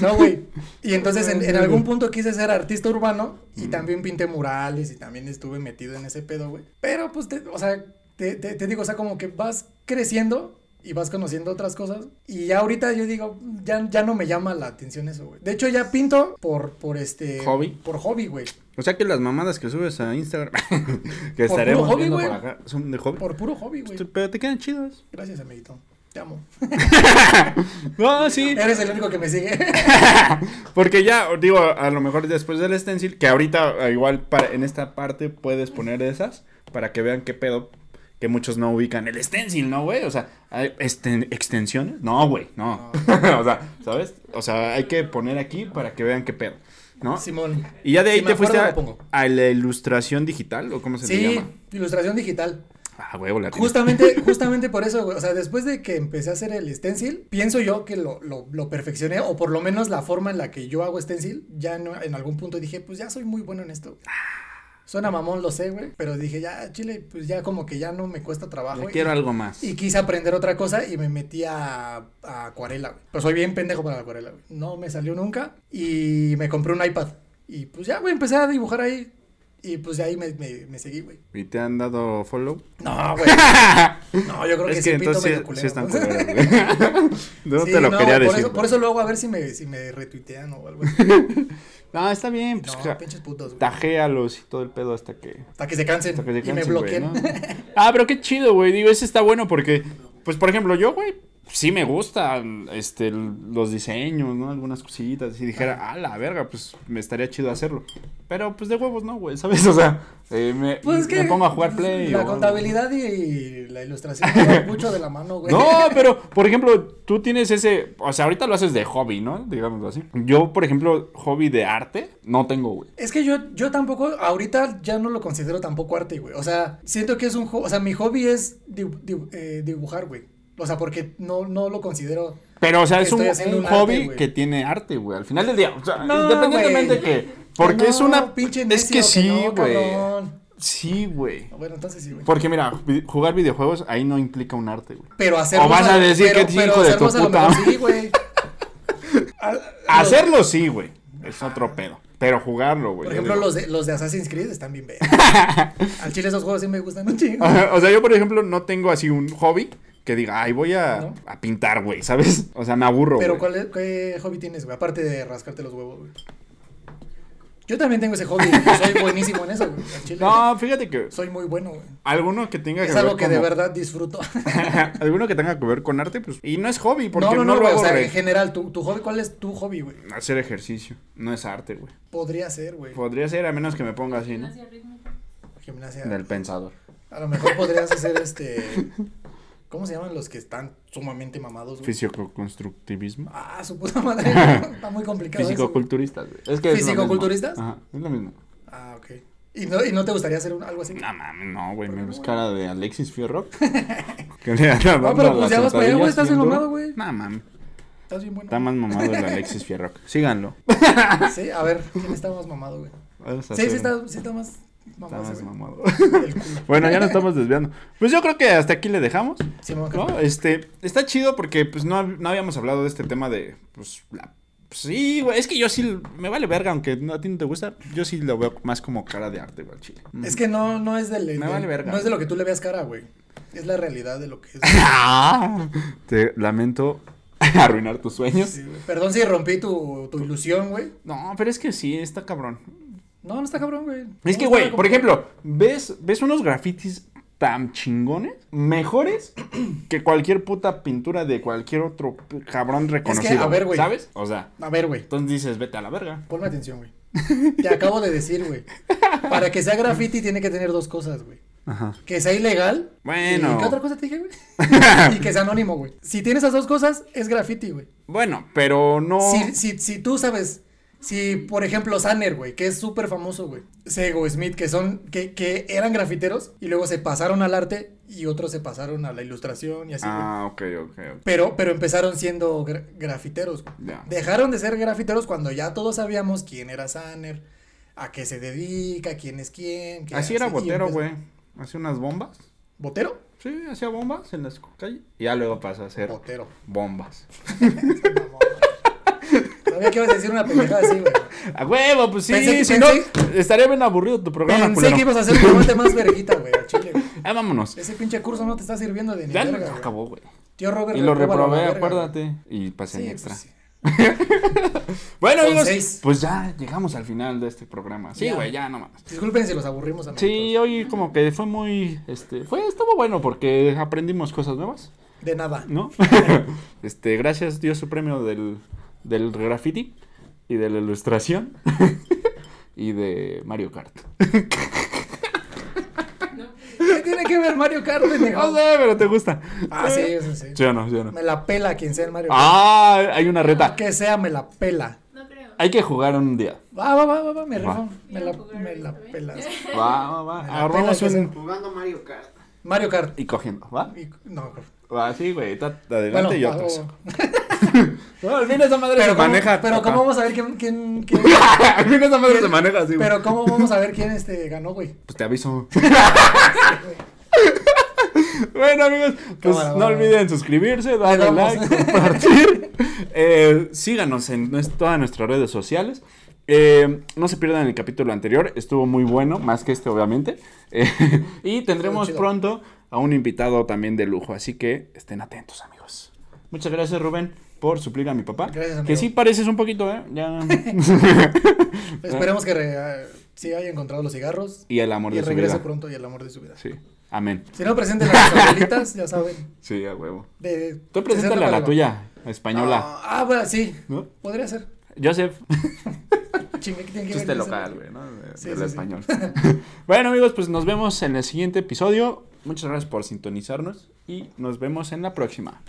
[SPEAKER 2] No, güey. Y entonces en, en algún punto quise ser artista urbano y
[SPEAKER 1] Mm.
[SPEAKER 2] también pinté murales y también estuve metido en ese pedo, güey. Pero pues, te- o sea, te, te- te digo, o sea, como que vas creciendo y vas conociendo otras cosas. Y ya ahorita yo digo, ya, ya no me llama la atención eso, güey. De hecho, ya pinto por, por este...
[SPEAKER 1] Hobby.
[SPEAKER 2] Por hobby, güey.
[SPEAKER 1] O sea que las mamadas que subes a Instagram, [LAUGHS] que
[SPEAKER 2] Por
[SPEAKER 1] estaremos
[SPEAKER 2] puro hobby,
[SPEAKER 1] viendo
[SPEAKER 2] güey.
[SPEAKER 1] por acá, son de hobby.
[SPEAKER 2] Por puro hobby, güey.
[SPEAKER 1] Pero te quedan chidas.
[SPEAKER 2] Gracias, amiguito. Te amo. Ah,
[SPEAKER 1] No, sí.
[SPEAKER 2] Eres el único que me sigue. [LAUGHS]
[SPEAKER 1] Porque ya, digo, a lo mejor después del stencil, que ahorita eh, igual para, en esta parte puedes poner esas para que vean qué pedo, que muchos no ubican el stencil, ¿no, güey? O sea, hay esten- extensiones. No, güey, no. [LAUGHS] o sea, ¿sabes? O sea, hay que poner aquí para que vean qué pedo, ¿no?
[SPEAKER 2] Simón.
[SPEAKER 1] Y ya de ahí
[SPEAKER 2] Si me
[SPEAKER 1] te fuiste a,
[SPEAKER 2] acuerdo, lo pongo.
[SPEAKER 1] a la ilustración digital, ¿o cómo se le
[SPEAKER 2] Sí,
[SPEAKER 1] llama?
[SPEAKER 2] ilustración digital.
[SPEAKER 1] Ah, huevo, la tienes.
[SPEAKER 2] Justamente, justamente por eso, güey. O sea, después de que empecé a hacer el stencil, pienso yo que lo, lo, lo perfeccioné, o por lo menos la forma en la que yo hago stencil, ya no, en algún punto dije, pues ya soy muy bueno en esto. Suena mamón, lo sé, güey. Pero dije, ya, chile, pues ya como que ya no me cuesta trabajo.
[SPEAKER 1] Le quiero
[SPEAKER 2] y,
[SPEAKER 1] algo más.
[SPEAKER 2] y quise aprender otra cosa y me metí a, a acuarela, güey. Pero soy bien pendejo para la acuarela, güey. No me salió nunca. Y me compré un iPad. Y pues ya, güey, empecé a dibujar ahí. Y pues de ahí me, me, me seguí, güey.
[SPEAKER 1] ¿Y te han dado follow?
[SPEAKER 2] No, güey.
[SPEAKER 1] [LAUGHS]
[SPEAKER 2] No, yo creo que,
[SPEAKER 1] es
[SPEAKER 2] sí,
[SPEAKER 1] que
[SPEAKER 2] pito
[SPEAKER 1] entonces
[SPEAKER 2] medio culero.
[SPEAKER 1] sí
[SPEAKER 2] [LAUGHS]
[SPEAKER 1] están culeros, güey. [LAUGHS] No
[SPEAKER 2] Sí,
[SPEAKER 1] te lo
[SPEAKER 2] no,
[SPEAKER 1] quería
[SPEAKER 2] por
[SPEAKER 1] decir.
[SPEAKER 2] Eso, por
[SPEAKER 1] güey.
[SPEAKER 2] eso luego a ver si me, si me retuitean o algo así.
[SPEAKER 1] [LAUGHS] No, está bien. Pues,
[SPEAKER 2] No,
[SPEAKER 1] ja-
[SPEAKER 2] pinches putos, güey.
[SPEAKER 1] tajéalos y todo el pedo hasta que,
[SPEAKER 2] Hasta que se cansen
[SPEAKER 1] hasta que se
[SPEAKER 2] y me
[SPEAKER 1] cansen, güey,
[SPEAKER 2] bloqueen. [LAUGHS]
[SPEAKER 1] ¿no? Ah, pero qué chido, güey. Digo, ese está bueno porque, pues, por ejemplo, yo, güey, sí me gusta este, los diseños, ¿no? Algunas cositas. Y dijera, ah, la verga, pues, me estaría chido hacerlo. Pero, pues, de huevos no, güey, ¿sabes? [LAUGHS] O sea, eh, me,
[SPEAKER 2] Pues que
[SPEAKER 1] me pongo a jugar play.
[SPEAKER 2] La
[SPEAKER 1] o-
[SPEAKER 2] contabilidad y la ilustración van mucho de la mano,
[SPEAKER 1] [LAUGHS]
[SPEAKER 2] güey. [LAUGHS]
[SPEAKER 1] No, pero, por ejemplo, tú tienes ese. O sea, ahorita lo haces de hobby, ¿no? Digámoslo así. Yo, por ejemplo, hobby de arte, no tengo, güey.
[SPEAKER 2] Es que yo, yo tampoco, ahorita ya no lo considero tampoco arte, güey. O sea, siento que es un hobby, o sea, mi hobby es dibu- dibu- eh, dibujar, güey. O sea, porque no, no lo considero...
[SPEAKER 1] Pero, o sea, es un,
[SPEAKER 2] Estoy haciendo
[SPEAKER 1] un
[SPEAKER 2] un arte,
[SPEAKER 1] hobby
[SPEAKER 2] güey.
[SPEAKER 1] que tiene arte, güey. Al final del día, o sea,
[SPEAKER 2] No,
[SPEAKER 1] independientemente
[SPEAKER 2] güey.
[SPEAKER 1] que. Porque
[SPEAKER 2] No,
[SPEAKER 1] es una.
[SPEAKER 2] pinche
[SPEAKER 1] es
[SPEAKER 2] necio,
[SPEAKER 1] que sí,
[SPEAKER 2] no,
[SPEAKER 1] güey.
[SPEAKER 2] cabrón.
[SPEAKER 1] Sí, güey.
[SPEAKER 2] Bueno, entonces sí, güey.
[SPEAKER 1] Porque mira, vi- jugar videojuegos ahí no implica un arte, güey.
[SPEAKER 2] Pero hacerlo.
[SPEAKER 1] O vas a decir que es hijo de tu puta
[SPEAKER 2] Sí,
[SPEAKER 1] [LAUGHS]
[SPEAKER 2] güey. Ah,
[SPEAKER 1] Hacerlo sí, güey. Es otro pedo. Pero jugarlo, güey. yo
[SPEAKER 2] Por ejemplo,
[SPEAKER 1] digo.
[SPEAKER 2] los de, los de Assassin's Creed están
[SPEAKER 1] [LAUGHS]
[SPEAKER 2] bien verdes. Al chile esos juegos sí me gustan un chingo.
[SPEAKER 1] Ajá, [LAUGHS] O sea, yo, por ejemplo, no tengo así un hobby que diga, ay, voy a,
[SPEAKER 2] ¿No?
[SPEAKER 1] a pintar, güey, ¿sabes? [LAUGHS] O sea, me aburro.
[SPEAKER 2] Pero
[SPEAKER 1] güey.
[SPEAKER 2] ¿cuál es- ¿qué hobby tienes, güey? Aparte de rascarte los huevos, güey. Yo también tengo ese hobby. güey. Soy buenísimo en eso, güey. Al chile.
[SPEAKER 1] No, fíjate que
[SPEAKER 2] Soy muy bueno, güey.
[SPEAKER 1] alguno que tenga
[SPEAKER 2] Es
[SPEAKER 1] que
[SPEAKER 2] algo
[SPEAKER 1] ver
[SPEAKER 2] que de
[SPEAKER 1] [LAUGHS] como-
[SPEAKER 2] verdad disfruto. [LAUGHS]
[SPEAKER 1] alguno que tenga que ver con arte, pues. Y no es hobby, porque
[SPEAKER 2] No,
[SPEAKER 1] no,
[SPEAKER 2] no, no,
[SPEAKER 1] lo
[SPEAKER 2] güey.
[SPEAKER 1] hago
[SPEAKER 2] o sea,
[SPEAKER 1] re-
[SPEAKER 2] en general, tu, tu hobby, ¿cuál es tu hobby, güey?
[SPEAKER 1] Hacer ejercicio. No es arte, güey.
[SPEAKER 2] Podría ser, güey.
[SPEAKER 1] Podría ser, a menos que me ponga así, ¿no?
[SPEAKER 4] Gimnasia rítmica.
[SPEAKER 2] Gimnasia.
[SPEAKER 1] Del pensador.
[SPEAKER 2] A lo mejor podrías hacer este. ¿Cómo se llaman los que están sumamente mamados, güey?
[SPEAKER 1] Fisiococonstructivismo.
[SPEAKER 2] Ah, su puta madre.
[SPEAKER 1] [LAUGHS]
[SPEAKER 2] Está muy complicado. eso, güey.
[SPEAKER 1] Fisicoculturistas, güey. Es que es lo mismo.
[SPEAKER 2] ¿Fisicoculturistas?
[SPEAKER 1] Ajá, es lo mismo.
[SPEAKER 2] Ah, ok. ¿Y no, ¿Y no te gustaría hacer un- algo así?
[SPEAKER 1] No mames, no, güey.
[SPEAKER 2] ¿Por
[SPEAKER 1] Me
[SPEAKER 2] qué,
[SPEAKER 1] ves
[SPEAKER 2] güey?
[SPEAKER 1] cara de Alexis
[SPEAKER 2] [LAUGHS]
[SPEAKER 1] Fierro. que le anda dando
[SPEAKER 2] pero pues
[SPEAKER 1] las
[SPEAKER 2] ya vas para allá, güey,
[SPEAKER 1] sentadillas
[SPEAKER 2] estás
[SPEAKER 1] bien
[SPEAKER 2] enojado,
[SPEAKER 1] duro.
[SPEAKER 2] güey.
[SPEAKER 1] No mames.
[SPEAKER 2] Estás bien bueno.
[SPEAKER 1] Está más mamado el Alexis Fierro. [LAUGHS] Síganlo.
[SPEAKER 2] Sí, a ver, ¿quién está más mamado, güey?
[SPEAKER 1] Vamos a
[SPEAKER 2] Sí, sí
[SPEAKER 1] hacer-
[SPEAKER 2] está, sí está más
[SPEAKER 1] está
[SPEAKER 2] mamado.
[SPEAKER 1] más
[SPEAKER 2] ese, güey.
[SPEAKER 1] mamado.
[SPEAKER 2] El culo.
[SPEAKER 1] Bueno, ya nos estamos desviando. Pues yo creo que hasta aquí le dejamos.
[SPEAKER 2] Sí, mamá,
[SPEAKER 1] ¿no? Este, está chido porque pues no, hab- no habíamos hablado de este tema de, pues, la... Sí, güey, es que yo sí, me vale verga, aunque no- a ti no te gusta, yo sí lo veo más como cara de arte, güey, al chile.
[SPEAKER 2] Es que no, no es del,
[SPEAKER 1] Me vale verga.
[SPEAKER 2] no es de lo que tú le veas cara, güey. Es la realidad de lo que es.
[SPEAKER 1] [LAUGHS] Ah, [LAUGHS] te lamento [LAUGHS] arruinar tus sueños.
[SPEAKER 2] Sí, güey. Perdón si rompí tu, tu ilusión, güey.
[SPEAKER 1] No, pero es que sí, está cabrón.
[SPEAKER 2] No, no está cabrón, güey.
[SPEAKER 1] Es
[SPEAKER 2] No,
[SPEAKER 1] que,
[SPEAKER 2] está
[SPEAKER 1] güey,
[SPEAKER 2] como-
[SPEAKER 1] por ejemplo, ¿ves, ¿ves unos grafitis tan chingones,
[SPEAKER 2] [CLEARS THROAT]
[SPEAKER 1] mejores que cualquier puta pintura de cualquier otro p- cabrón reconocido?
[SPEAKER 2] a ver, güey.
[SPEAKER 1] ¿Sabes? O sea,
[SPEAKER 2] A ver, güey.
[SPEAKER 1] entonces dices, vete a la verga.
[SPEAKER 2] Ponme atención, güey. Te acabo de decir, güey. Para que sea graffiti tiene que tener dos cosas, güey.
[SPEAKER 1] Ajá.
[SPEAKER 2] Que sea ilegal.
[SPEAKER 1] Bueno.
[SPEAKER 2] ¿Y qué otra cosa te
[SPEAKER 1] [LAUGHS]
[SPEAKER 2] dije, güey? y que sea anónimo, güey. Si tiene esas dos cosas, es graffiti, güey.
[SPEAKER 1] Bueno, pero no.
[SPEAKER 2] Si, si, si tú sabes, si por ejemplo Sanner, güey, que es súper famoso, güey. Sego Smith, que son, que, que eran grafiteros y luego se pasaron al arte y otros se pasaron a la ilustración y así, güey.
[SPEAKER 1] ah, ok, ok, ok.
[SPEAKER 2] Pero, pero empezaron siendo gra- grafiteros. güey.
[SPEAKER 1] Ya.
[SPEAKER 2] Dejaron de ser grafiteros cuando ya todos sabíamos quién era Sanner, a qué se dedica, quién es quién. qué
[SPEAKER 1] Así
[SPEAKER 2] hace,
[SPEAKER 1] era
[SPEAKER 2] y
[SPEAKER 1] Botero,
[SPEAKER 2] empezó-
[SPEAKER 1] güey. Hacía unas bombas.
[SPEAKER 2] ¿Botero?
[SPEAKER 1] Sí, hacía bombas en las calles. Y ya luego pasó a hacer
[SPEAKER 2] Botero.
[SPEAKER 1] bombas.
[SPEAKER 2] [LAUGHS] Sabía que ibas a decir una pendejada así, güey.
[SPEAKER 1] A huevo, pues sí.
[SPEAKER 2] Pensé-
[SPEAKER 1] si no,
[SPEAKER 2] pensé-
[SPEAKER 1] estaría bien aburrido tu [LAUGHS] programa,
[SPEAKER 2] Pensé
[SPEAKER 1] culero.
[SPEAKER 2] que ibas a hacer un
[SPEAKER 1] [LAUGHS]
[SPEAKER 2] remate más verguita, güey, al chile. güey.
[SPEAKER 1] Ah, vámonos.
[SPEAKER 2] Ese pinche curso no te está sirviendo de ni
[SPEAKER 1] Ya
[SPEAKER 2] verga,
[SPEAKER 1] no-
[SPEAKER 2] güey.
[SPEAKER 1] acabó, güey.
[SPEAKER 2] Tío Robert.
[SPEAKER 1] Y lo
[SPEAKER 2] repruébalo a la
[SPEAKER 1] reprobé,
[SPEAKER 2] verga, güey.
[SPEAKER 1] acuérdate. Y pasé
[SPEAKER 2] Sí,
[SPEAKER 1] mi
[SPEAKER 2] pues
[SPEAKER 1] extra.
[SPEAKER 2] sí.
[SPEAKER 1] Bueno,
[SPEAKER 2] Son
[SPEAKER 1] amigos,
[SPEAKER 2] seis.
[SPEAKER 1] pues ya llegamos al final de este programa. Sí,
[SPEAKER 2] Ya.
[SPEAKER 1] güey, ya nomás.
[SPEAKER 2] Disculpen si los aburrimos a
[SPEAKER 1] Sí, hoy como que fue muy, este, fue, estuvo bueno porque aprendimos cosas nuevas.
[SPEAKER 2] De nada.
[SPEAKER 1] ¿no? [LAUGHS] este, gracias, dio su premio del, del graffiti y de la ilustración [LAUGHS] y de Mario Kart.
[SPEAKER 4] No,
[SPEAKER 2] ¿Qué tiene que ver Mario Kart, pendejo?
[SPEAKER 1] [LAUGHS] No sé, pero te gusta.
[SPEAKER 2] Ah, sí, eso sí.
[SPEAKER 1] Sí o no, sí o no.
[SPEAKER 2] Me la pela quien sea el Mario Kart.
[SPEAKER 1] Ah, hay una reta.
[SPEAKER 2] Que sea, me la pela.
[SPEAKER 4] no creo.
[SPEAKER 1] Hay que jugar un día.
[SPEAKER 2] Va, va, va, va, va, me
[SPEAKER 1] Va.
[SPEAKER 2] rifo. Me la,
[SPEAKER 4] Quiero jugar ¿eh?
[SPEAKER 2] me la
[SPEAKER 4] esta vez.
[SPEAKER 2] pelas.
[SPEAKER 4] [LAUGHS]
[SPEAKER 1] Va, va, va.
[SPEAKER 2] Me la
[SPEAKER 1] Agarramos
[SPEAKER 2] pela que
[SPEAKER 1] un...
[SPEAKER 3] Jugando Mario Kart.
[SPEAKER 2] Mario Kart.
[SPEAKER 1] Y cogiendo, ¿va?
[SPEAKER 2] Y- No,
[SPEAKER 1] Va, sí, güey. ta- Adelante
[SPEAKER 2] bueno,
[SPEAKER 1] y
[SPEAKER 2] hago-
[SPEAKER 1] otros.
[SPEAKER 2] [LAUGHS]
[SPEAKER 1] No, al fin esa madre
[SPEAKER 2] pero
[SPEAKER 1] se
[SPEAKER 2] ¿cómo,
[SPEAKER 1] maneja.
[SPEAKER 2] pero
[SPEAKER 1] papá.
[SPEAKER 2] ¿cómo vamos a ver quién, quién,
[SPEAKER 1] [LAUGHS]
[SPEAKER 2] quién-
[SPEAKER 1] al fin esa madre se maneja así, güey.
[SPEAKER 2] pero cómo vamos a ver quién este ganó, güey?
[SPEAKER 1] Pues te aviso. [LAUGHS] bueno, amigos, pues
[SPEAKER 2] Cámara,
[SPEAKER 1] no
[SPEAKER 2] va.
[SPEAKER 1] olviden suscribirse, darle
[SPEAKER 2] vamos.
[SPEAKER 1] like, compartir.
[SPEAKER 2] [LAUGHS]
[SPEAKER 1] Eh, síganos en nues- todas nuestras redes sociales. Eh, no se pierdan el capítulo anterior, estuvo muy bueno, más que este obviamente. [LAUGHS] Eh, y tendremos
[SPEAKER 2] Chido.
[SPEAKER 1] pronto a un invitado también de lujo, así que estén atentos amigos. Muchas gracias Rubén por suplir a mi papá.
[SPEAKER 2] Gracias,
[SPEAKER 1] que
[SPEAKER 2] amigo.
[SPEAKER 1] sí pareces un poquito, ¿eh?
[SPEAKER 2] [LAUGHS]
[SPEAKER 1] Ya. [LAUGHS]
[SPEAKER 2] Esperemos que re- ah, sí haya encontrado los cigarros
[SPEAKER 1] y el amor
[SPEAKER 2] y
[SPEAKER 1] de su
[SPEAKER 2] regrese
[SPEAKER 1] vida.
[SPEAKER 2] pronto y el amor de su vida.
[SPEAKER 1] Sí, amén.
[SPEAKER 2] Si no presenten a sus abuelitas, ya saben.
[SPEAKER 1] Sí, a huevo.
[SPEAKER 2] De,
[SPEAKER 1] Tú preséntale a la
[SPEAKER 2] 60 para
[SPEAKER 1] tuya,
[SPEAKER 2] abajo.
[SPEAKER 1] española.
[SPEAKER 2] Ah, ah, bueno, sí.
[SPEAKER 1] ¿No?
[SPEAKER 2] Podría ser. [LAUGHS]
[SPEAKER 1] Joseph.
[SPEAKER 2] Chingue, ¿qué tiene que ver
[SPEAKER 1] Chiste
[SPEAKER 2] eso?
[SPEAKER 1] local, güey, ¿no? De-
[SPEAKER 2] Sí,
[SPEAKER 1] del
[SPEAKER 2] sí, sí. [LAUGHS]
[SPEAKER 1] español. bueno, amigos, pues nos vemos en el siguiente episodio. Muchas gracias por sintonizarnos y nos vemos en la próxima.